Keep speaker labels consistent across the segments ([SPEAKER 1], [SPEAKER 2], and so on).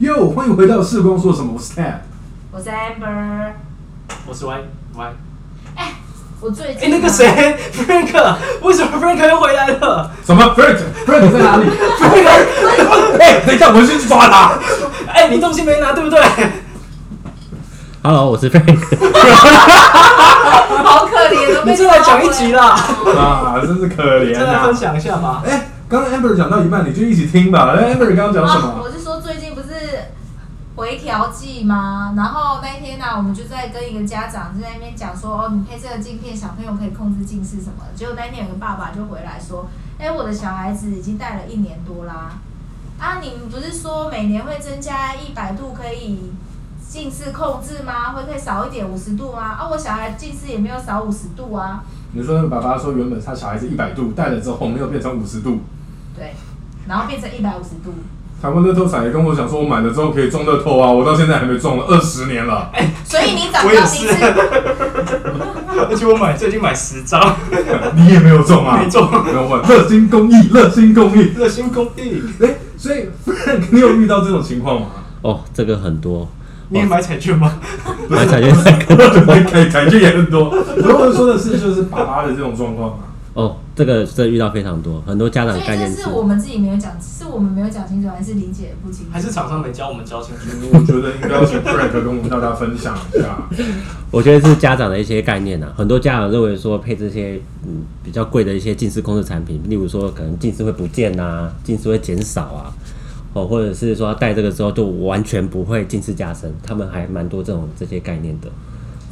[SPEAKER 1] 哟，欢迎回到四公说什么？我是 Ted。
[SPEAKER 2] 我是 Amber。
[SPEAKER 3] 我是 Y Y。
[SPEAKER 2] 哎，我最近
[SPEAKER 3] 哎，那个 谁，Frank，为什么 Frank 又回来了？
[SPEAKER 1] 什么？Frank，Frank 在哪里？Frank，哎，等一下，我们先去抓他。
[SPEAKER 3] 哎，你东西没拿对不对？
[SPEAKER 4] Hello，我是 Frank。
[SPEAKER 2] 啊，好可怜的，
[SPEAKER 3] 你这来讲一集
[SPEAKER 2] 了。
[SPEAKER 3] 啦，
[SPEAKER 1] 啊，真是可怜
[SPEAKER 3] 再来分
[SPEAKER 1] 啊！
[SPEAKER 3] 享一下嘛。
[SPEAKER 1] 哎，刚刚 Amber 讲到一半，你就一起听吧。哎，Amber 刚刚讲什
[SPEAKER 2] 啊，
[SPEAKER 1] 么
[SPEAKER 2] 我？是说最近不是回调剂吗？然后那一天呢、啊我们就在跟一个家长就在那边讲说，哦，你配这个镜片，小朋友可以控制近视什么的。结果那一天有个爸爸就回来说，哎，我的小孩子已经戴了一年多啦。啊，你们不是说每年会增加一百度可以近视控制吗？会可以少一点五十度吗？啊，我小孩近视也没有少五十度啊。
[SPEAKER 1] 你说爸爸说原本他小孩子一百度，戴了之后没有变成五十度。
[SPEAKER 2] 对，然后变成一百五十度。
[SPEAKER 1] 台湾乐透彩也跟我讲说，我买了之后可以中乐透啊，我到现在还没中了二十年了。
[SPEAKER 2] 所以 你找到
[SPEAKER 3] 我
[SPEAKER 2] 你
[SPEAKER 3] 也是
[SPEAKER 2] 是，
[SPEAKER 3] 而且我买最近买十张，
[SPEAKER 1] 你也没有中啊？
[SPEAKER 3] 没中
[SPEAKER 1] 没有问。热心公益，热心公益。
[SPEAKER 3] 热心工地，
[SPEAKER 1] 哎，所以 Frank，你有遇到这种情况吗？
[SPEAKER 4] 哦，这个很多，
[SPEAKER 3] 你也买彩券吗？
[SPEAKER 4] 买彩券 三个。
[SPEAKER 1] 感感觉也很多。我我说的是就是爸爸的这种状况啊。
[SPEAKER 4] 哦，这个真的遇到非常多，很多家
[SPEAKER 2] 所
[SPEAKER 4] 长
[SPEAKER 2] 以
[SPEAKER 4] 嗯概念
[SPEAKER 2] 这是
[SPEAKER 4] 是
[SPEAKER 2] 我们自己没有讲，是我们没有讲清楚，还是理解不清楚？
[SPEAKER 3] 还是厂商没教我们教清楚？
[SPEAKER 1] 我觉得应该要请 Frank 跟我们大家分享一下。
[SPEAKER 4] 我觉得是家长的一些概念啊，很多家长认为说配这些嗯比较贵的一些近视控制产品，例如说可能近视会不见啊，近视会减少啊，哦，或者是说戴这个之后就完全不会近视加深，他们还蛮多这种这些概念的。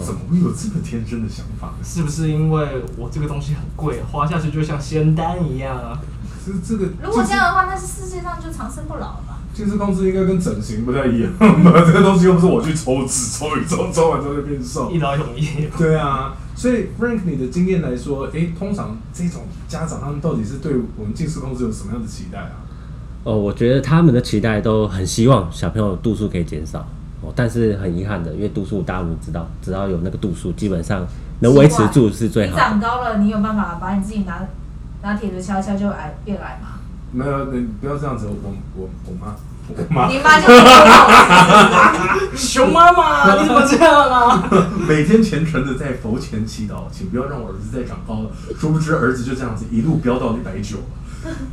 [SPEAKER 1] 怎么会有这么天真的想法？
[SPEAKER 3] 是不是因为我这个东西很贵，花下去就像仙丹一样啊？
[SPEAKER 1] 这这个
[SPEAKER 2] 如果这样的话，那是世界上就长生不老了吧？
[SPEAKER 1] 近视控制应该跟整形不太一样吧？这个东西又不是我去抽脂，抽一抽，抽完之后就变瘦
[SPEAKER 3] 一。劳永 逸。
[SPEAKER 1] 对啊，所以 Frank，你的经验来说，诶，通常这种家长他们到底是对我们近视控制有什么样的期待啊？
[SPEAKER 4] 哦，我觉得他们的期待都很希望小朋友度数可以减少哦，但是很遗憾的，因为度数大家都知道，只要有那个度数，基本上能维持住是最
[SPEAKER 2] 你
[SPEAKER 4] 好的。
[SPEAKER 2] 长高了，你有办法把你自己拿拿铁子敲一敲就矮变矮 吗？
[SPEAKER 1] 没有，你不要这样子，我我我妈，我妈
[SPEAKER 2] 你妈就 说我
[SPEAKER 3] 熊妈妈，你怎么这样 啊？
[SPEAKER 1] 每天虔诚的在佛前祈祷，请不要让我儿子再长高了。殊不知儿子就这样子一路飙到一百九，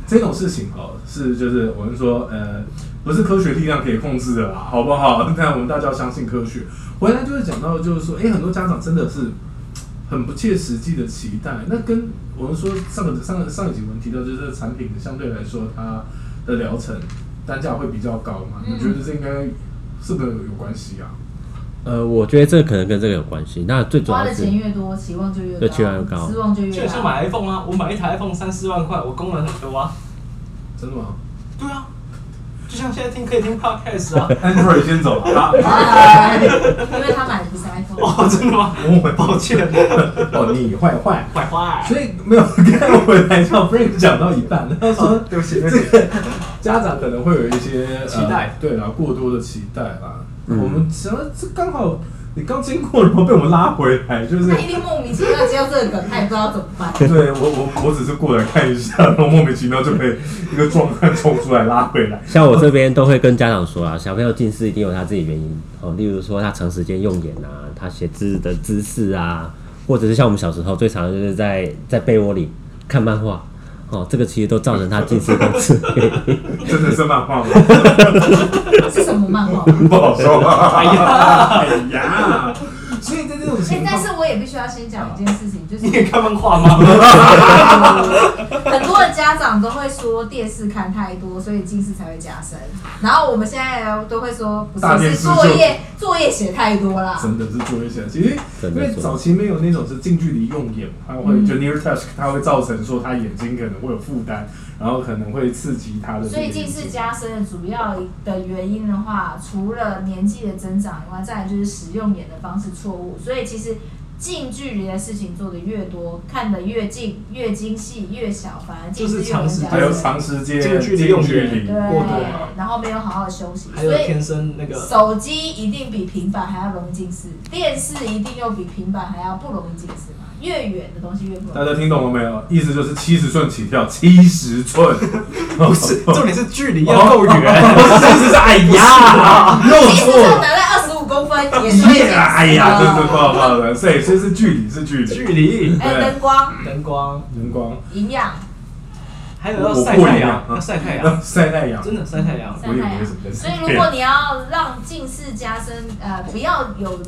[SPEAKER 1] 这种事情哦，是就是我们说呃，不是科学力量可以控制的啦，好不好？但我们大家要相信科学。回来就是讲到就是说，诶，哎很多家长真的是很不切实际的期待。那跟我们说上个 上个上一集我们提到，就是这个产品相对来说它的疗程单价会比较高嘛，
[SPEAKER 2] 嗯
[SPEAKER 1] 你觉得这应该是不是有关系啊？
[SPEAKER 4] 呃，我觉得这可能跟这个有关系。那最主
[SPEAKER 2] 花
[SPEAKER 4] 要
[SPEAKER 2] 的
[SPEAKER 4] 是
[SPEAKER 2] 钱越多，期望就越高，
[SPEAKER 4] 对期望越高
[SPEAKER 2] 失望就
[SPEAKER 3] 就
[SPEAKER 2] 越
[SPEAKER 3] 很像
[SPEAKER 2] 大。
[SPEAKER 3] 买 iPhone 啊，我买一台 iPhone 三四万块，我功能很多啊。
[SPEAKER 1] 真的吗？
[SPEAKER 3] 对啊，就像现在听可以听 podcast 啊。
[SPEAKER 1] Android 先走了啊！
[SPEAKER 2] 哎因为他买的不是 iPhone，
[SPEAKER 3] 哦，真的吗？
[SPEAKER 1] 我
[SPEAKER 3] 抱歉，
[SPEAKER 1] 哦，你坏坏。
[SPEAKER 3] 坏坏。
[SPEAKER 1] 所以没有，刚才我回来叫 Frank 讲到一半，他说
[SPEAKER 3] 哦对不起，对
[SPEAKER 1] 这
[SPEAKER 3] 不起。
[SPEAKER 1] 个家长可能会有一些
[SPEAKER 3] 期待
[SPEAKER 1] 呃对啦，过多的期待啦。
[SPEAKER 4] 嗯
[SPEAKER 1] 我们想到这刚好你刚经过，然后被我们拉回来，就是
[SPEAKER 2] 他一定莫名其妙接到这个梗，他也不知道怎么办。
[SPEAKER 1] 对我我我只是过来看一下，然后莫名其妙就被一个壮汉冲出来拉回来。
[SPEAKER 4] 像我这边都会跟家长说啊， 小朋友近视一定有他自己原因哦，例如说他长时间用眼啊，他写字的姿势啊，或者是像我们小时候最常就是在在被窝里看漫画哦，这个其实都造成他近视控制。
[SPEAKER 1] 真的是漫画吗？
[SPEAKER 2] 是什么漫 画？
[SPEAKER 1] 不好说。哎呀，哎呀，所以在这种
[SPEAKER 2] 哎、
[SPEAKER 1] 情
[SPEAKER 2] 但
[SPEAKER 1] 况，
[SPEAKER 2] 是我也必须要先讲一件事情，就是
[SPEAKER 3] 你也看漫画吗？
[SPEAKER 2] 很多的家长都会说电视看太多，所以近视才会加深。然后我们现在都会说，不
[SPEAKER 1] 大电
[SPEAKER 2] 是
[SPEAKER 1] 视
[SPEAKER 2] 是
[SPEAKER 1] 就
[SPEAKER 2] 作业作业写太多啦。
[SPEAKER 1] 啊真的是做一些，其实
[SPEAKER 4] 真
[SPEAKER 1] 因
[SPEAKER 4] 的
[SPEAKER 1] 为
[SPEAKER 4] 做
[SPEAKER 1] 早期没有那种是近距离用眼，它会、
[SPEAKER 2] 嗯
[SPEAKER 1] 就 near touch，它会造成说他眼睛可能会有负担，然后可能会刺激他的这个
[SPEAKER 2] 所以
[SPEAKER 1] 眼睛。
[SPEAKER 2] 近视加深的主要的原因的话，除了年纪的增长以外，再来就是使用眼的方式错误。所以其实近距离的事情做的越多，看得越近、越精细、越小，反而近
[SPEAKER 3] 就
[SPEAKER 2] 视
[SPEAKER 3] 是
[SPEAKER 2] 越
[SPEAKER 3] 长
[SPEAKER 2] 容易
[SPEAKER 3] 时
[SPEAKER 2] 加
[SPEAKER 3] 间
[SPEAKER 1] 还有
[SPEAKER 2] 深
[SPEAKER 1] 长时间
[SPEAKER 3] 近距离用
[SPEAKER 1] 近
[SPEAKER 3] 眼
[SPEAKER 1] 距离
[SPEAKER 2] 对
[SPEAKER 3] 过度嘛，
[SPEAKER 2] 然后没有好好休息，
[SPEAKER 3] 还有
[SPEAKER 2] 所以
[SPEAKER 3] 天生那个
[SPEAKER 2] 手机一定比平板还要容易近视，电视一定又比平板还要不容易近视嘛，越远的东西越不容
[SPEAKER 1] 大
[SPEAKER 2] 易。
[SPEAKER 1] 家听懂了没有？意思就是七十寸起跳，七十寸，
[SPEAKER 3] 不是
[SPEAKER 1] 哦
[SPEAKER 3] 重点是距离要够远，
[SPEAKER 1] 是是，哎呀，
[SPEAKER 2] 其
[SPEAKER 1] 弄
[SPEAKER 2] 实
[SPEAKER 1] 错
[SPEAKER 2] 这
[SPEAKER 1] 了。
[SPEAKER 2] 拿来二十五公分也是会近
[SPEAKER 1] 耶！
[SPEAKER 2] 视啊的
[SPEAKER 1] 哎呀，真是不好不的，所以所以是距离，是距
[SPEAKER 3] 距
[SPEAKER 1] 离，
[SPEAKER 3] 离、
[SPEAKER 2] 哎，灯光、
[SPEAKER 3] 灯光，
[SPEAKER 1] 灯光，
[SPEAKER 2] 营养，
[SPEAKER 3] 还有
[SPEAKER 1] 我
[SPEAKER 3] 要
[SPEAKER 1] 我
[SPEAKER 3] 晒
[SPEAKER 1] 过
[SPEAKER 3] 太
[SPEAKER 1] 瘾
[SPEAKER 3] 阳
[SPEAKER 1] 啊，嗯
[SPEAKER 3] 要晒太阳，
[SPEAKER 1] 晒太阳，
[SPEAKER 3] 真的晒太阳。
[SPEAKER 1] 我也没什么在
[SPEAKER 2] 啊所以
[SPEAKER 1] 晒
[SPEAKER 2] 如果你要让近视加深，呃，不要有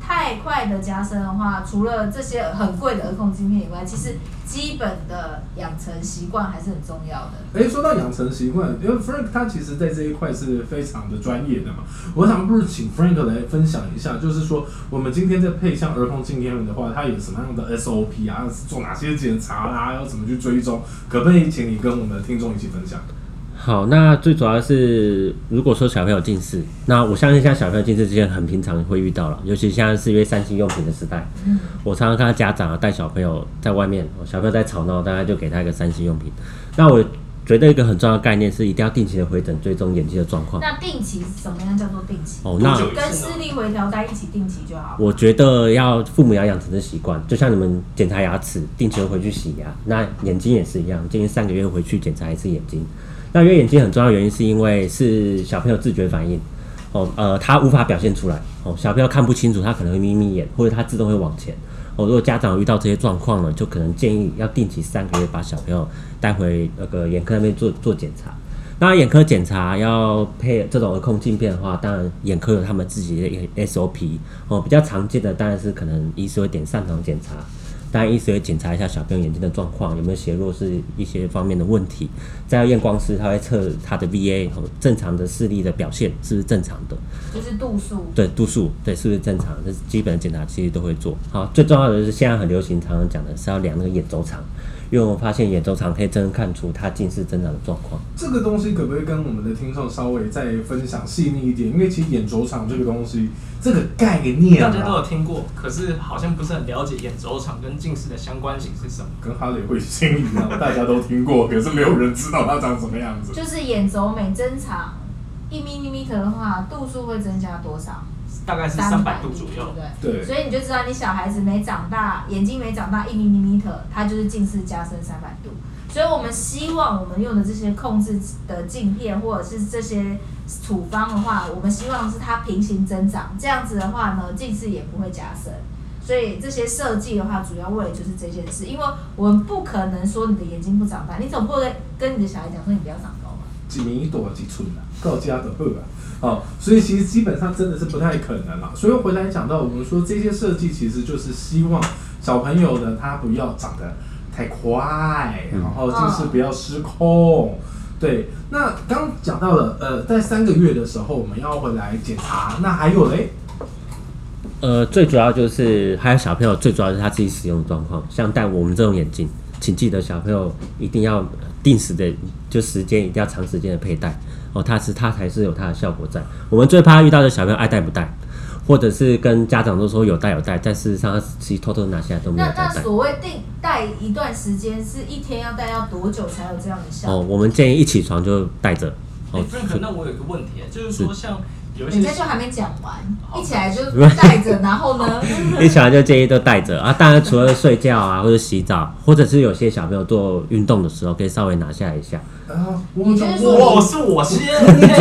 [SPEAKER 2] 太快的加深的话，除了这些很贵的儿控镜片以外，其实基本的养成习惯还是很重要的。
[SPEAKER 1] 哎，说到养成习惯，因为 Frank 他其实在这一块是非常的专业的嘛，我想不如请 Frank 来分享一下，就是说我们今天在配像儿童镜片的话，它有什么样的 SOP 啊，是做哪些检查啦、要怎么去追踪，可不可以请你跟我们的听众一起分享？
[SPEAKER 4] 好，那最主要是，如果说小朋友近视，那我相信现在小朋友近视这件很平常会遇到了，尤其现在是因为三星用品的时代，
[SPEAKER 2] 嗯，
[SPEAKER 4] 我常常看到家长啊带小朋友在外面，哦小朋友在吵闹，大家就给他一个三星用品。那我觉得一个很重要的概念是，一定要定期的回诊追踪眼睛的状况。
[SPEAKER 2] 那定期是什么样叫做定期？
[SPEAKER 4] 哦，那
[SPEAKER 3] 多久
[SPEAKER 2] 跟视力回调单一起定期就好。
[SPEAKER 4] 我觉得要父母要养成的习惯，就像你们检查牙齿，定期会回去洗牙，那眼睛也是一样，建议三个月回去检查一次眼睛。那因为眼睛很重要的原因，是因为是小朋友自觉反应，哦，呃，他无法表现出来，哦，小朋友看不清楚，他可能会眯眯眼，或者他自动会往前。哦，如果家长遇到这些状况呢，就可能建议要定期三个月把小朋友带回那个眼科那边做做检查。那眼科检查要配这种儿控镜片的话，当然眼科有他们自己的 SOP 哦。比较常见的当然是可能医师会点散瞳检查，当然医师会检查一下小朋友眼睛的状况有没有斜弱是一些方面的问题。再要验光师，他会测他的 VA 哦，正常的视力的表现是不是正常的。
[SPEAKER 2] 就是度数，
[SPEAKER 4] 对度数，对是不是正常？这是基本的检查，其实都会做。好，最重要的是现在很流行，常常讲的是要量那个眼周长，因为我们发现眼周长可以真正看出他近视增长的状况。
[SPEAKER 1] 这个东西可不可以跟我们的听众稍微再分享细腻一点？因为其实眼轴长这个东西，这个概念
[SPEAKER 3] 大家都有
[SPEAKER 1] 啊，
[SPEAKER 3] 听过，可是好像不是很了解眼轴长跟近视的相关性是什么。
[SPEAKER 1] 跟哈雷彗星一样，大家都听过，可是没有人知道它长什么样子。
[SPEAKER 2] 就是眼轴每增长一 millimeter 的话，度数会增加多少？
[SPEAKER 3] 大概是三百度左右。
[SPEAKER 2] 对不
[SPEAKER 1] 对
[SPEAKER 2] 对？所以你就知道你小孩子没长大，眼睛没长大一 millimeter，它就是近视加深三百度。所以我们希望我们用的这些控制的镜片或者是这些处方的话，我们希望是它平行增长，这样子的话呢，近视也不会加深。所以这些设计的话，主要为了就是这件事，因为我们不可能说你的眼睛不长大，你总不会跟你的小孩讲说你不要长高吧？
[SPEAKER 1] 几米多几寸啊，到家的二啊，哦，所以其实基本上真的是不太可能啦。所以回来讲到我们说这些设计，其实就是希望小朋友呢，他不要长得太快，
[SPEAKER 4] 嗯
[SPEAKER 1] 然后就是不要失控。对，那刚讲到了，呃，在三个月的时候我们要回来检查，那还有嘞，
[SPEAKER 4] 呃，最主要就是还有小朋友，最主要是他自己使用的状况。像戴我们这种眼镜，请记得小朋友一定要定时的，就时间一定要长时间的佩戴哦，它是它才是有它的效果在。我们最怕遇到的小朋友爱戴不戴，或者是跟家长都说有戴有戴，但事实上他其实偷偷拿下来都没有
[SPEAKER 2] 那
[SPEAKER 4] 在戴。
[SPEAKER 2] 那所谓定戴一段时间，是一天要戴要多久才有这样的效果？
[SPEAKER 4] 哦，我们建议一起床就带着。
[SPEAKER 3] 哎
[SPEAKER 4] 哦，
[SPEAKER 3] ，Frank，那我有一个问题，就是说像有一
[SPEAKER 2] 人家
[SPEAKER 3] 些
[SPEAKER 2] 就还没讲完，
[SPEAKER 3] 好
[SPEAKER 2] 一起来就带着，然后呢，
[SPEAKER 4] 一起床就建议都带着啊。当然，除了睡觉啊，或者洗澡，或者是有些小朋友做运动的时候，可以稍微拿下来一下。
[SPEAKER 1] 啊，我
[SPEAKER 2] 你就是说
[SPEAKER 3] 我是我先，
[SPEAKER 2] 哎那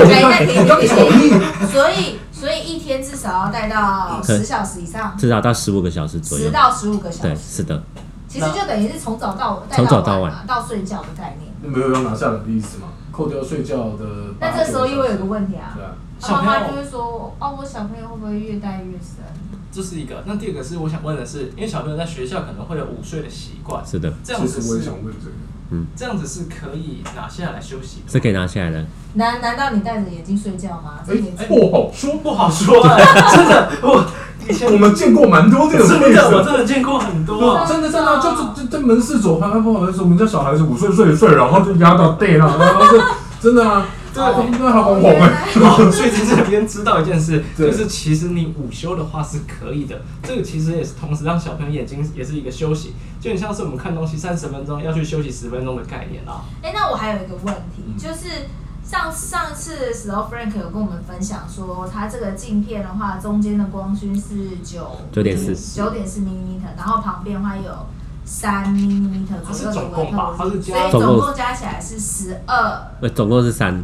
[SPEAKER 2] 可以
[SPEAKER 1] 刚
[SPEAKER 2] 可
[SPEAKER 1] 口
[SPEAKER 2] 以，
[SPEAKER 1] 译，
[SPEAKER 2] 所以所以一天至少要戴到
[SPEAKER 4] 可
[SPEAKER 2] 十小时以上，
[SPEAKER 4] 至少到十五个小时左右
[SPEAKER 2] 十。到十五个小
[SPEAKER 4] 对，
[SPEAKER 2] 时，
[SPEAKER 4] 是的，
[SPEAKER 2] 其实就等于是从早到戴
[SPEAKER 4] 从早到
[SPEAKER 2] 晚嘛，到睡觉的概念。
[SPEAKER 1] 没有要拿下来的意思吗？扣掉睡觉的八
[SPEAKER 2] 那
[SPEAKER 1] 个小
[SPEAKER 2] 这
[SPEAKER 1] 时，
[SPEAKER 2] 时候又会有个问题啊
[SPEAKER 1] 对，啊，
[SPEAKER 2] 他妈
[SPEAKER 3] 小
[SPEAKER 2] 妈
[SPEAKER 3] 朋友
[SPEAKER 2] 就会说，哦，我小朋友会不会越戴越深？
[SPEAKER 3] 这是一个。那第二个是我想问的是，因为小朋友在学校可能会有午睡的习惯，
[SPEAKER 4] 是的，
[SPEAKER 3] 这样
[SPEAKER 1] 其实
[SPEAKER 3] 子
[SPEAKER 1] 我也
[SPEAKER 3] 是
[SPEAKER 1] 想问这个。
[SPEAKER 3] 这样子是可以拿下来休息的吗，
[SPEAKER 4] 是可以拿下来的。
[SPEAKER 2] 难难道你戴着眼镜睡觉吗？这年纪
[SPEAKER 1] 哎，不好说，
[SPEAKER 3] 不好说哎，真的，我以前
[SPEAKER 1] 我们见过蛮多这种
[SPEAKER 3] 真
[SPEAKER 1] 例
[SPEAKER 3] 的我
[SPEAKER 1] 子。
[SPEAKER 3] 真的见过很
[SPEAKER 1] 对 啊
[SPEAKER 3] 多。
[SPEAKER 1] 真的真的啊，就就就在哎门市走，翻翻翻翻的时候，我们家小孩子午睡睡一睡，然后就压到地了，然后就真的啊，对，那好恐怖
[SPEAKER 2] 原
[SPEAKER 1] 哎！
[SPEAKER 2] 来
[SPEAKER 3] 哦，所以在这边知道一件事，
[SPEAKER 1] 对
[SPEAKER 3] 就是其实你午休的话是可以的，这个其实也是同时让小朋友眼睛也是一个休息，就很像是我们看东西三十分钟要去休息十分钟的概念啊啦。
[SPEAKER 2] 哎、那我还有一个问题，
[SPEAKER 4] 嗯
[SPEAKER 2] 就是上上次的时候，Frank 有跟我们分享说，他这个镜片的话，中间的光圈是九
[SPEAKER 4] 9.4
[SPEAKER 2] 九点四 m m 然后旁边的话有三 m m
[SPEAKER 3] 它
[SPEAKER 2] 左
[SPEAKER 3] 是
[SPEAKER 2] 右的
[SPEAKER 3] 总共
[SPEAKER 2] 微
[SPEAKER 3] 吧
[SPEAKER 2] 透
[SPEAKER 3] 它是
[SPEAKER 2] 所
[SPEAKER 3] 加
[SPEAKER 2] 以
[SPEAKER 4] 总共
[SPEAKER 2] 总共加起来是十二。
[SPEAKER 4] 呃，总共是三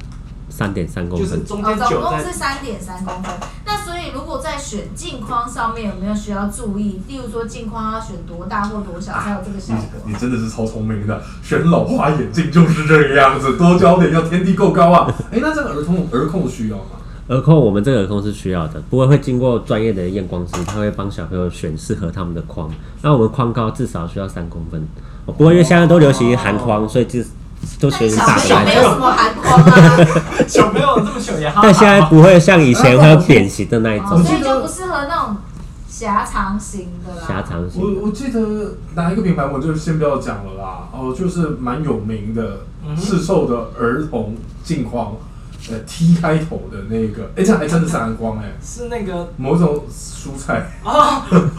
[SPEAKER 4] 三点三公
[SPEAKER 3] 就是
[SPEAKER 4] 分。
[SPEAKER 3] 中
[SPEAKER 2] 哦，
[SPEAKER 3] 间
[SPEAKER 2] 总
[SPEAKER 3] 九
[SPEAKER 2] 共
[SPEAKER 3] 在
[SPEAKER 2] 是三点三公分。那所以如果在选镜框上面有没有需要注意？例如说镜框要选多大或多小才有这个效果？
[SPEAKER 1] 你你真的是超聪明的，选老花眼镜就是这个样子，多焦点要天地够高啊！哎，那这个儿童儿控需要吗？
[SPEAKER 4] 耳控我们这个耳控是需要的，不过会经过专业的验光师，他会帮小朋友选适合他们的框。那我们框高至少需要三公分，哦不过因为现在都流行韩框，所以就都
[SPEAKER 2] 但
[SPEAKER 4] 学
[SPEAKER 2] 小
[SPEAKER 4] 大
[SPEAKER 2] 朋
[SPEAKER 4] 的
[SPEAKER 2] 友
[SPEAKER 4] 来
[SPEAKER 2] 没
[SPEAKER 4] 讲
[SPEAKER 2] 有。什么寒光啊，
[SPEAKER 3] 小朋友这么久 也哈哈
[SPEAKER 4] 但现在不会像以前会有扁形的那一
[SPEAKER 2] 哦
[SPEAKER 4] 种
[SPEAKER 1] 我
[SPEAKER 2] 所
[SPEAKER 1] 记
[SPEAKER 2] 以
[SPEAKER 1] 得
[SPEAKER 2] 就不适合那种狭长型的啦。
[SPEAKER 4] 狭长
[SPEAKER 1] 我
[SPEAKER 4] 型的。
[SPEAKER 1] 我记得哪一个品牌，我就先不要讲了啦。哦，就是蛮有名的
[SPEAKER 3] 嗯哼
[SPEAKER 1] 市售的儿童镜框，呃，T 开头的那个，哎，这样还真的是蓝光哎、
[SPEAKER 3] 是那个
[SPEAKER 1] 某种蔬菜。
[SPEAKER 3] 啊，我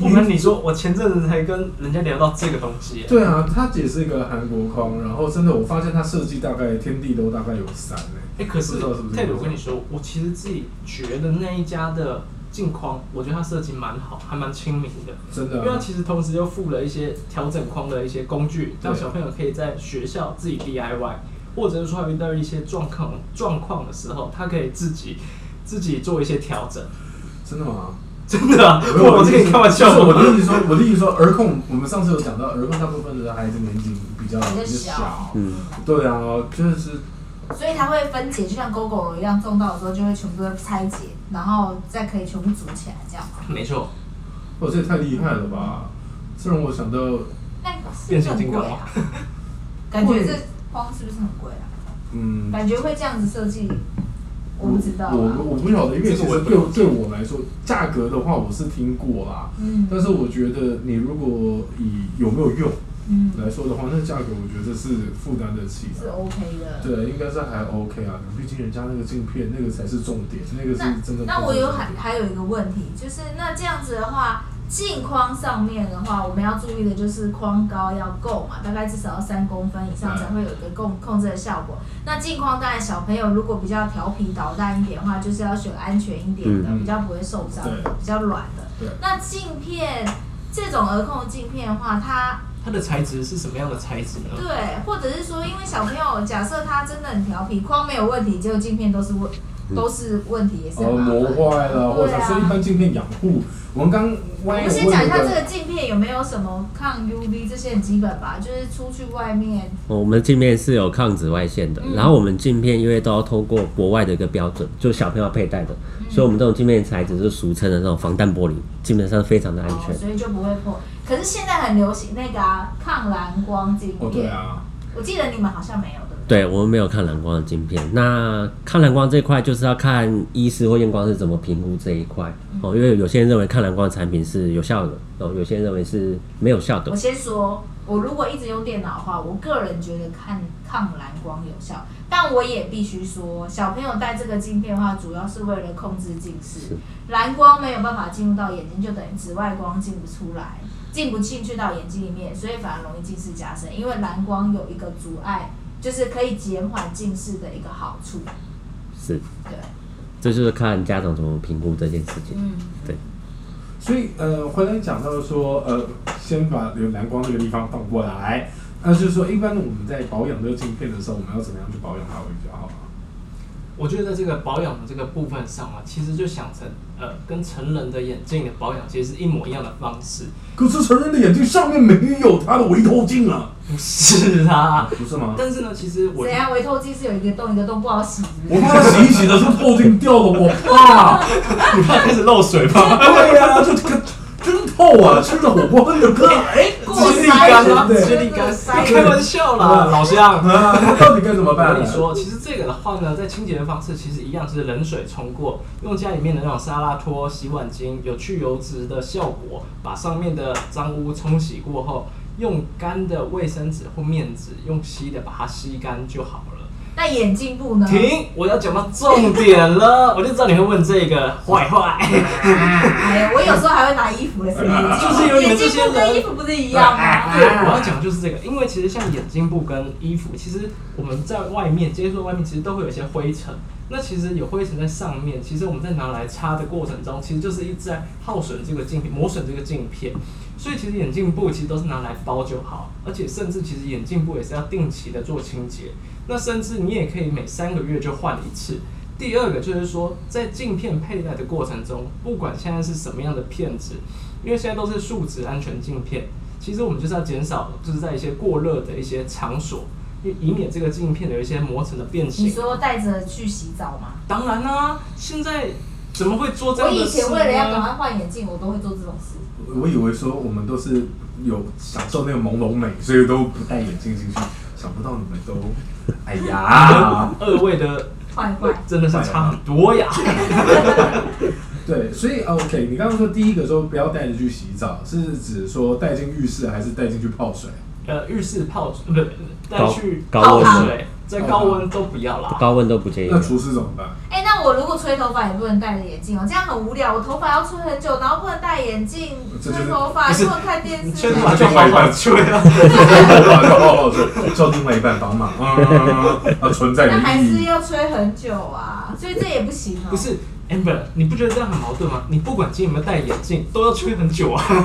[SPEAKER 3] 我跟你说，我前阵子才跟人家聊到这个东西耶，
[SPEAKER 1] 对啊，它也是一个韩国框，然后真的我发现它设计大概天地都大概有三哎、
[SPEAKER 3] 哎、可是
[SPEAKER 1] 不知道是不是
[SPEAKER 3] 泰鲁，我跟你说，我其实自己觉得那一家的镜框，我觉得它设计蛮好，还蛮亲民的。
[SPEAKER 1] 真的
[SPEAKER 3] 因
[SPEAKER 1] 啊、
[SPEAKER 3] 为它其实同时又附了一些调整框的一些工具，让
[SPEAKER 1] 对
[SPEAKER 3] 小朋友可以在学校自己 DIY，或者是说他遇到一些状况状况的时候，他可以自己自己做一些调整。
[SPEAKER 1] 真的吗？
[SPEAKER 3] 真的啊、
[SPEAKER 1] 没有
[SPEAKER 3] 我我这
[SPEAKER 1] 的意
[SPEAKER 3] 个
[SPEAKER 1] 思
[SPEAKER 3] 开玩笑
[SPEAKER 1] 就是
[SPEAKER 3] 的，
[SPEAKER 1] 我的意思说，我的意思说，儿控，我们上次有讲到，儿控大部分的孩子年纪比较
[SPEAKER 2] 比较
[SPEAKER 1] 小
[SPEAKER 2] 小，
[SPEAKER 4] 嗯，
[SPEAKER 1] 对啊，就是
[SPEAKER 2] 嗯所以它会分解，就像 GoGo 一样，撞到的时候就会全部都拆解，然后再可以全部组起来，这样嘛。
[SPEAKER 3] 没错，
[SPEAKER 1] 哇，哦这也太厉害了吧！这让我想到，
[SPEAKER 2] 那是不是很贵啊？感觉这光是不是很贵啊？
[SPEAKER 1] 嗯，
[SPEAKER 2] 感觉会这样子设计，我不知道、啊。
[SPEAKER 1] 我我我不晓得，因为其
[SPEAKER 3] 这个我
[SPEAKER 1] 实
[SPEAKER 3] 也不
[SPEAKER 1] 对
[SPEAKER 3] 了
[SPEAKER 1] 我
[SPEAKER 3] 解
[SPEAKER 1] 对我来说，价格的话我是听过啦，
[SPEAKER 2] 嗯
[SPEAKER 1] 但是我觉得你如果以有没有用
[SPEAKER 2] 嗯，
[SPEAKER 1] 来说的话，那价格我觉得是负担得起
[SPEAKER 2] 是
[SPEAKER 1] 的。
[SPEAKER 2] 哦 OK 的。
[SPEAKER 1] 对，应该是还 OK 啊，毕竟人家那个镜片那个才是重点，那个是
[SPEAKER 2] 那
[SPEAKER 1] 真的。
[SPEAKER 2] 那我有还还有一个问题，就是那这样子的话，镜框上面的话，我们要注意的就是框高要够嘛，大概至少要三公分以上
[SPEAKER 1] 嗯
[SPEAKER 2] 才会有一个控控制的效果。那镜框当然小朋友如果比较调皮捣蛋一点的话，就是要选安全一点的，
[SPEAKER 1] 嗯
[SPEAKER 2] 比较不会受伤
[SPEAKER 1] 对
[SPEAKER 2] 的，比较软的。
[SPEAKER 1] 对
[SPEAKER 2] 那镜片这种额控镜片的话，它
[SPEAKER 3] 它的材质是什么样的材质呢？
[SPEAKER 2] 对，或者是说，因为小朋友假设他真的很调皮，框没有问题，结果镜片都是问都是问题，也是很
[SPEAKER 1] 呃
[SPEAKER 2] 麻
[SPEAKER 1] 磨
[SPEAKER 2] 烦。
[SPEAKER 1] 坏了，或者
[SPEAKER 2] 对啊
[SPEAKER 1] 是一般镜片养护。我们刚
[SPEAKER 2] 我
[SPEAKER 1] 万一
[SPEAKER 2] 们
[SPEAKER 1] 有
[SPEAKER 2] 先讲一下
[SPEAKER 1] 问
[SPEAKER 2] 这
[SPEAKER 1] 那
[SPEAKER 2] 个镜片有没有什么抗 UV 这些很基本吧，就是出去外面，
[SPEAKER 4] 哦我们镜片是有抗紫外线的，
[SPEAKER 2] 嗯
[SPEAKER 4] 然后我们镜片因为都要通过国外的一个标准，就是小朋友佩戴的，
[SPEAKER 2] 嗯
[SPEAKER 4] 所以我们这种镜片材质是俗称的那种防弹玻璃，基本上非常的安
[SPEAKER 2] 哦
[SPEAKER 4] 全，。
[SPEAKER 2] 所以就不会破。可是现在很流行那个啊，抗蓝光镜片。
[SPEAKER 1] 哦，对啊，
[SPEAKER 2] 我记得你们好像没有，对不对？
[SPEAKER 4] 对，我们没有看蓝光的镜片。那看蓝光这一块，就是要看医师或验光师怎么评估这一块
[SPEAKER 2] 嗯
[SPEAKER 4] 哦，因为有些人认为看蓝光的产品是有效的，哦，有些人认为是没有效的
[SPEAKER 2] 我。先说，我如果一直用电脑的话，我个人觉得看抗蓝光有效，但我也必须说，小朋友戴这个镜片的话，主要是为了控制近视，蓝光没有办法进入到眼睛，就等于紫外光进不出来，进不进去到眼睛里面，所以反而容易近视加深，因为蓝光有一个阻碍，就是可以减缓近视的一个好处，
[SPEAKER 4] 是，
[SPEAKER 2] 对，
[SPEAKER 4] 这就是看家长怎么评估这件事情。
[SPEAKER 2] 嗯。
[SPEAKER 1] 所以呃，回来讲到说呃，先把有蓝光这个地方放过来，那就是说一般我们在保养这个镜片的时候，我们要怎么样去保养它会比较好啊？
[SPEAKER 3] 我觉得这个保养的这个部分上啊，其实就想成呃，跟成人的眼镜的保养其实是一模一样的方式。
[SPEAKER 1] 可是成人的眼睛上面没有它的微透镜啊，
[SPEAKER 3] 不 是啊，
[SPEAKER 1] 不是吗？
[SPEAKER 3] 但是呢，其实我
[SPEAKER 2] 怎样？微透镜是有一个洞一个洞，不好洗。
[SPEAKER 1] 我怕洗一洗的时候透镜掉了，我怕。
[SPEAKER 3] 你怕开始漏水 吗？
[SPEAKER 1] 对呀、这这个真透啊，吃着火锅分着个，哎，
[SPEAKER 2] 过
[SPEAKER 3] 吃
[SPEAKER 1] 吃
[SPEAKER 3] 力
[SPEAKER 1] 力
[SPEAKER 3] 干
[SPEAKER 1] 干
[SPEAKER 3] 吗？
[SPEAKER 1] 了，
[SPEAKER 3] 吃
[SPEAKER 1] 对。
[SPEAKER 3] 力干，开玩笑啦，
[SPEAKER 1] 嗯
[SPEAKER 3] 老 乡。
[SPEAKER 1] 啊，那到底该怎么
[SPEAKER 3] 我
[SPEAKER 1] 办？
[SPEAKER 3] 跟你，说，其实这个的话呢，在清洁的方式其实一样，就是冷水冲过，用家里面的那种沙拉拖、洗碗巾，有去油脂的效果，把上面的脏污冲洗过后，用干的卫生纸或面纸，用吸的把它吸干就好了。
[SPEAKER 2] 那那眼镜布呢？
[SPEAKER 3] 停，我要讲到重点了， 我就知道你会问这个，坏坏，
[SPEAKER 2] 哎呀，我有时候还会拿衣服的，是眼 镜布
[SPEAKER 3] 就是因为你们这
[SPEAKER 2] 眼
[SPEAKER 3] 些
[SPEAKER 2] 镜布跟衣
[SPEAKER 3] 人
[SPEAKER 2] 服不是一样吗？
[SPEAKER 3] 对， 哎我要讲的就是这个，因为其实像眼镜布跟衣服，其实我们在外面接触外面，其实都会有一些灰尘。那其实有灰尘在上面，其实我们在拿来擦的过程中，其实就是一直在耗损这个镜片，磨损这个镜片。所以其实眼镜布其实都是拿来包就好，而且甚至其实眼镜布也是要定期的做清洁。那甚至你也可以每三个月就换一次。第二个就是说，在镜片佩戴的过程中，不管现在是什么样的片子，因为现在都是树脂安全镜片，其实我们就是要减少，就是在一些过热的一些场所，以以免这个镜片有一些磨层的变形。
[SPEAKER 2] 你说带着去洗澡吗？
[SPEAKER 3] 当然啦、啊现在怎么会做这
[SPEAKER 2] 我
[SPEAKER 3] 样的
[SPEAKER 2] 以
[SPEAKER 3] 事呢？
[SPEAKER 2] 前为了要赶快换眼镜，我都会做这种事。
[SPEAKER 1] 我以为说我们都是有享受那个朦胧美，所以都不戴眼镜进去，想不到你们都，哎呀，
[SPEAKER 3] 二 位的
[SPEAKER 2] 坏坏，
[SPEAKER 3] 真的是差很多呀。
[SPEAKER 1] 对，所以啊 OK，你刚刚说第一个说不要带着去洗澡，是指说带进浴室还是带进去泡水？
[SPEAKER 3] 呃，浴室泡水，呃不是带
[SPEAKER 4] 高
[SPEAKER 3] 去
[SPEAKER 4] 高
[SPEAKER 3] 泡
[SPEAKER 2] 温
[SPEAKER 3] 水，在高温都不要啦。
[SPEAKER 4] 高温都不建议
[SPEAKER 1] 那。厨师怎么办？
[SPEAKER 2] 哎、那我如果吹头发也不能戴着眼镜哦，这样很无聊。我头发要吹很久，然后不能戴眼镜
[SPEAKER 1] 这
[SPEAKER 2] 吹
[SPEAKER 1] 就是
[SPEAKER 2] 头发，
[SPEAKER 3] 不是
[SPEAKER 2] 又看电视。
[SPEAKER 3] 吹头发就好好吹啊。
[SPEAKER 1] 哦，对，叫另外一半帮忙，嗯，啊，存在
[SPEAKER 2] 那
[SPEAKER 1] 的
[SPEAKER 2] 还
[SPEAKER 1] 意
[SPEAKER 2] 是
[SPEAKER 1] 义。
[SPEAKER 2] 要吹很久啊，所以这也不行哦。
[SPEAKER 3] 不，是 Amber，你不觉得这样很矛盾吗？你不管今天有没有戴眼镜，都要吹很久啊。你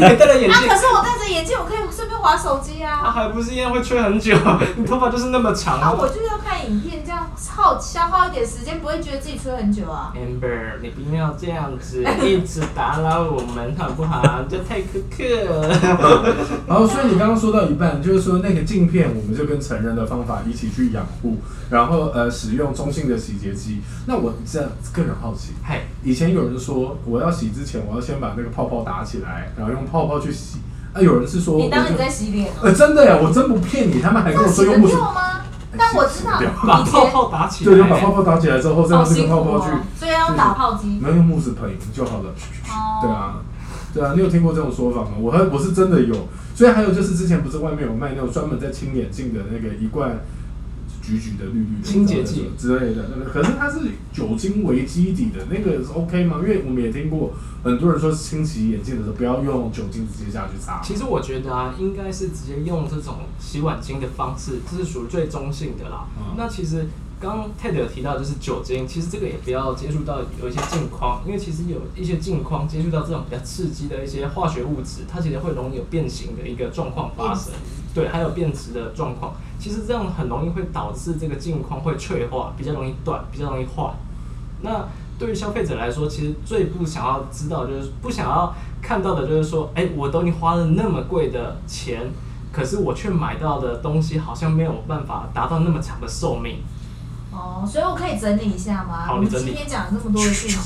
[SPEAKER 3] 没戴了眼
[SPEAKER 2] 啊，
[SPEAKER 3] 镜
[SPEAKER 2] 可，是我戴着眼镜，我可以顺便划手机
[SPEAKER 3] 它
[SPEAKER 2] 啊。
[SPEAKER 3] 还不是一样会吹很久？你头发就是那么长。
[SPEAKER 2] 啊，我就是要看影片，这样耗消耗一点时间，不会觉得自己吹很久啊。
[SPEAKER 3] Amber，你不要这样 子，一直打扰我们好不好？这太苛刻 了。
[SPEAKER 1] 然后，所以你刚刚说到一半，就是说那个镜片，我们就跟成人的方法一起去养护，然后呃，使用中性的洗洁剂。那我这样个人好奇，
[SPEAKER 3] 嗨，
[SPEAKER 1] 以前有人说我要洗之前，我要先把那个泡泡打起来，然后用泡泡去洗。啊，有人是说，
[SPEAKER 2] 你当你
[SPEAKER 1] 我就
[SPEAKER 2] 在洗脸哦，
[SPEAKER 1] 呃，真的呀，我真不骗你，他们还跟我
[SPEAKER 2] 这
[SPEAKER 1] 说
[SPEAKER 2] 洗得
[SPEAKER 1] 用木水
[SPEAKER 2] 掉吗？但我知道
[SPEAKER 1] 洗不掉
[SPEAKER 3] 把
[SPEAKER 2] 以
[SPEAKER 3] 泡
[SPEAKER 2] 前
[SPEAKER 3] 泡打起来。
[SPEAKER 1] 对，就把泡泡打起来之后，再
[SPEAKER 2] 好
[SPEAKER 1] 用这个
[SPEAKER 2] 辛苦
[SPEAKER 1] 泡泡去
[SPEAKER 2] 哦，所以要用打泡机。
[SPEAKER 1] 没有用慕斯喷就好了。
[SPEAKER 2] 哦
[SPEAKER 1] 对啊，对啊，你有听过这种说法吗？我还我是真的有，所以还有就是之前不是外面有卖那种专门在清眼镜的那个一罐橘橘的绿绿的
[SPEAKER 3] 清洁剂
[SPEAKER 1] 之类的，那个可是它是酒精为基底的那个是 OK 吗？因为我们也听过很多人说清洗眼镜的时候不要用酒精直接下去擦。
[SPEAKER 3] 其实我觉得啊，应该是直接用这种洗碗巾的方式，这是属于最中性的啦。
[SPEAKER 1] 嗯
[SPEAKER 3] 那其实刚刚 Ted 有提到就是酒精，其实这个也不要接触到有一些镜框，因为其实有一些镜框接触到这种比较刺激的一些化学物质，它其实会容易有变形的一个状况发生。对，还有变质的状况，其实这样很容易会导致这个镜框会脆化，比较容易断，比较容易坏。那对于消费者来说，其实最不想要知道，就是不想要看到的，就是说，哎，我都已经花了那么贵的钱，可是我却买到的东西好像没有办法达到那么长的寿命。
[SPEAKER 2] 哦，所以我可以整理一下吗？
[SPEAKER 3] 好
[SPEAKER 2] 我们
[SPEAKER 3] 你整理
[SPEAKER 2] 今天讲了这么多的讯息，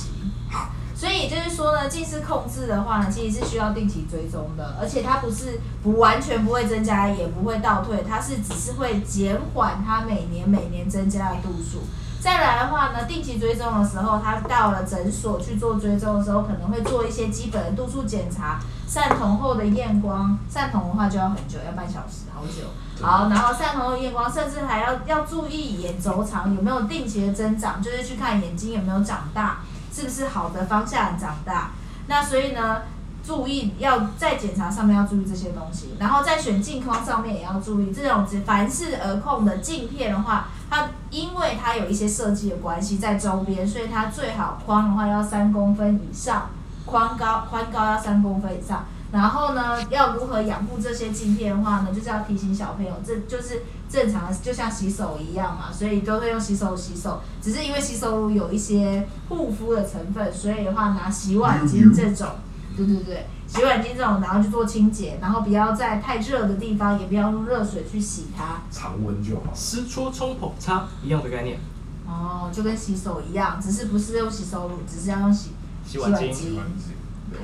[SPEAKER 2] 所以也就是说呢，近视控制的话呢，其实是需要定期追踪的，而且它不是不完全不会增加，也不会倒退，它是只是会减缓它每年每年增加的度数。再来的话呢，定期追踪的时候，他到了诊所去做追踪的时候，可能会做一些基本的度数检查，散瞳后的验光，散瞳的话就要很久，要半小时，好久。好，然后散瞳后验光，甚至还要要注意眼轴长有没有定期的增长，就是去看眼睛有没有长大，是不是好的方向长大。那所以呢，注意要在检查上面要注意这些东西，然后在选镜框上面也要注意。这种只凡是耳控的镜片的话，它因为它有一些设计的关系在周边，所以它最好框的话要三公分以上，宽高宽高要三公分以上。然后呢，要如何养护这些镜片的话呢，就是要提醒小朋友，这就是正常的，就像洗手一样嘛，所以都会用洗手洗手。只是因为洗手乳有一些护肤的成分，所以的话拿洗碗巾这种，对对对，洗碗巾这种，然后去做清洁，然后不要在太热的地方，也不要用热水去洗它。
[SPEAKER 1] 常温就好。
[SPEAKER 3] 湿搓冲捧擦一样的概念，
[SPEAKER 2] 哦，就跟洗手一样，只是不是用洗手乳，只是要用洗
[SPEAKER 3] 洗碗巾
[SPEAKER 2] 洗碗巾。对，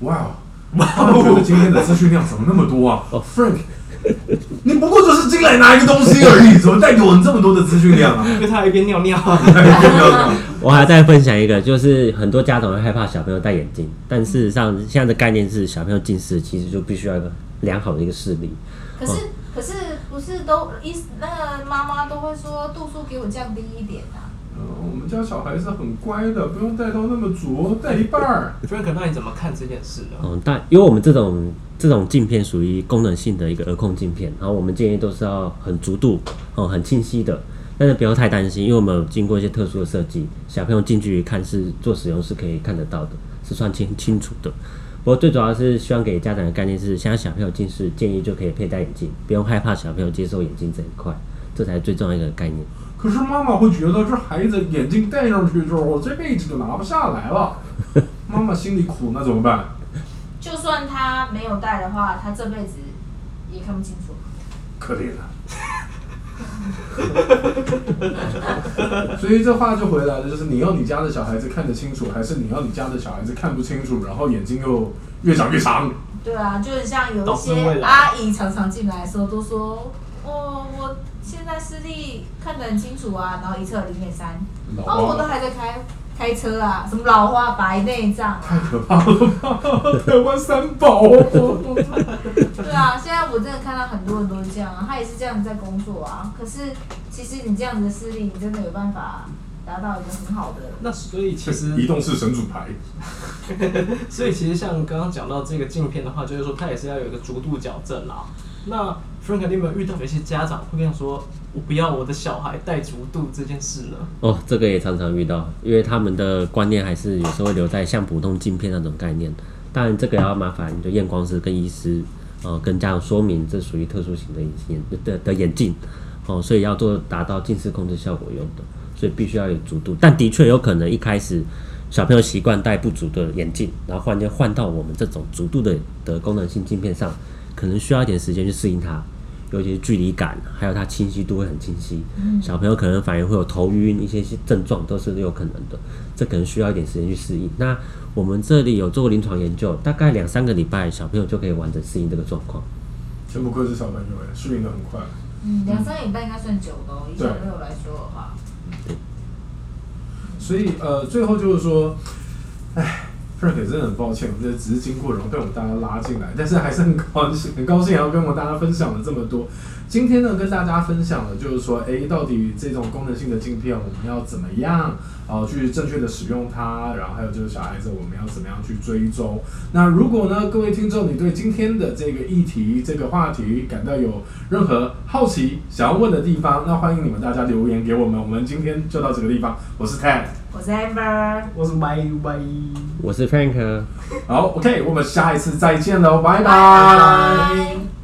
[SPEAKER 1] 哇哇！我觉得今天的资讯量怎么那么多啊？哦，Frank，你不过就是进来拿一个东西而已，怎么带给我们这么多的资讯量啊？
[SPEAKER 3] 因为他还一边尿尿。
[SPEAKER 4] 我还再分享一个，就是很多家长会害怕小朋友戴眼镜，但事实上现在的概念是，小朋友近视其实就必须要有一个良好的一个视力。
[SPEAKER 2] 可是可是不不是都医那个妈妈都会说度数给我降低一点啊。
[SPEAKER 1] 呃，我们家小孩是很乖的，不用带到那么足，带一半儿。
[SPEAKER 3] Frank，那你怎么看这件事呢？
[SPEAKER 4] 嗯，但因为我们这种这种镜片属于功能性的一个额控镜片，然后我们建议都是要很足度哦、很清晰的，但是不要太担心，因为我们有经过一些特殊的设计，小朋友近距离看是做使用是可以看得到的，是算清清楚的。不过最主要是希望给家长的概念是，现在小朋友近视建议就可以佩戴眼镜，不用害怕小朋友接受眼镜这一块，这才是最重要的一个概念。
[SPEAKER 1] 可是妈妈会觉得这孩子眼镜戴上去之后，我这辈子就拿不下来了。妈妈心里苦，那怎么办？
[SPEAKER 2] 就算他没有戴的话，他这辈子也看不清楚。
[SPEAKER 1] 可怜啊。 所以这话就回来了，就是你要你家的小孩子看得清楚，还是你要你家的小孩子看不清楚，然后眼睛又越长越长？
[SPEAKER 2] 对啊，就很像有
[SPEAKER 3] 导
[SPEAKER 2] 一
[SPEAKER 3] 致未
[SPEAKER 2] 些
[SPEAKER 3] 来
[SPEAKER 2] 阿姨常常进来的时候都说，哦，我现在视力看得很清楚啊，然后一测零点三，
[SPEAKER 1] 老
[SPEAKER 2] 哦，我
[SPEAKER 1] 花
[SPEAKER 2] 都还在开开车啊，什么老花白内障，啊
[SPEAKER 1] 太可怕了吧！台湾三 宝，
[SPEAKER 2] 对啊，现在我真的看到很多人都是这样啊，他也是这样子在工作啊，可是其实你这样子的视力，你真的有办法达到一个很好的，
[SPEAKER 3] 那所以其实
[SPEAKER 1] 移动式神主牌。
[SPEAKER 3] 所以其实像刚刚讲到这个镜片的话，就是说它也是要有一个逐度矫正啦。那 Frank，你有没有遇到有一些家长会跟你说，我不要我的小孩戴逐度这件事呢？
[SPEAKER 4] 哦，这个也常常遇到，因为他们的观念还是有时候会留在像普通镜片那种概念。当然，这个也要麻烦就验光师跟医师，呃，跟家长说明这属于特殊型的眼镜的的眼镜，哦，所以要做达到近视控制效果用的，所以必须要有足度。但的确有可能一开始小朋友习惯戴不足的眼镜，然后换就换到我们这种足度的的功能性镜片上，可能需要一点时间去适应它。尤其是距离感，还有它清晰度会很清晰。小朋友可能反而会有头晕，一些症状都是有可能的。这可能需要一点时间去适应。那我们这里有做过临床研究，大概两三个礼拜，小朋友就可以完整适应这个状况。
[SPEAKER 1] 真不愧是小朋友哎，适应的很快。
[SPEAKER 2] 嗯，两三个礼拜应该算久的哦，以小
[SPEAKER 1] 对
[SPEAKER 2] 朋友来说的话，
[SPEAKER 1] 所以呃，最后就是说，哎，Frank 也真的很抱歉，我们这只是经过，然后被我们大家拉进来，但是还是很高兴，很高兴，然后跟我们大家分享了这么多。今天呢，跟大家分享了就是说，哎，到底这种功能性的镜片我们要怎么样啊、呃去正确的使用它，然后还有就是小孩子我们要怎么样去追踪。那如果呢，各位听众你对今天的这个议题、这个话题感到有任何好奇、想要问的地方，那欢迎你们大家留言给我们。我们今天就到这个地方，我是 Ted。
[SPEAKER 2] 我是 Amber。
[SPEAKER 3] 我是 My My，
[SPEAKER 4] 我是 Frank。啊
[SPEAKER 1] 好，OK，我们下一次再见喽，拜
[SPEAKER 2] 拜
[SPEAKER 1] 拜。
[SPEAKER 2] 拜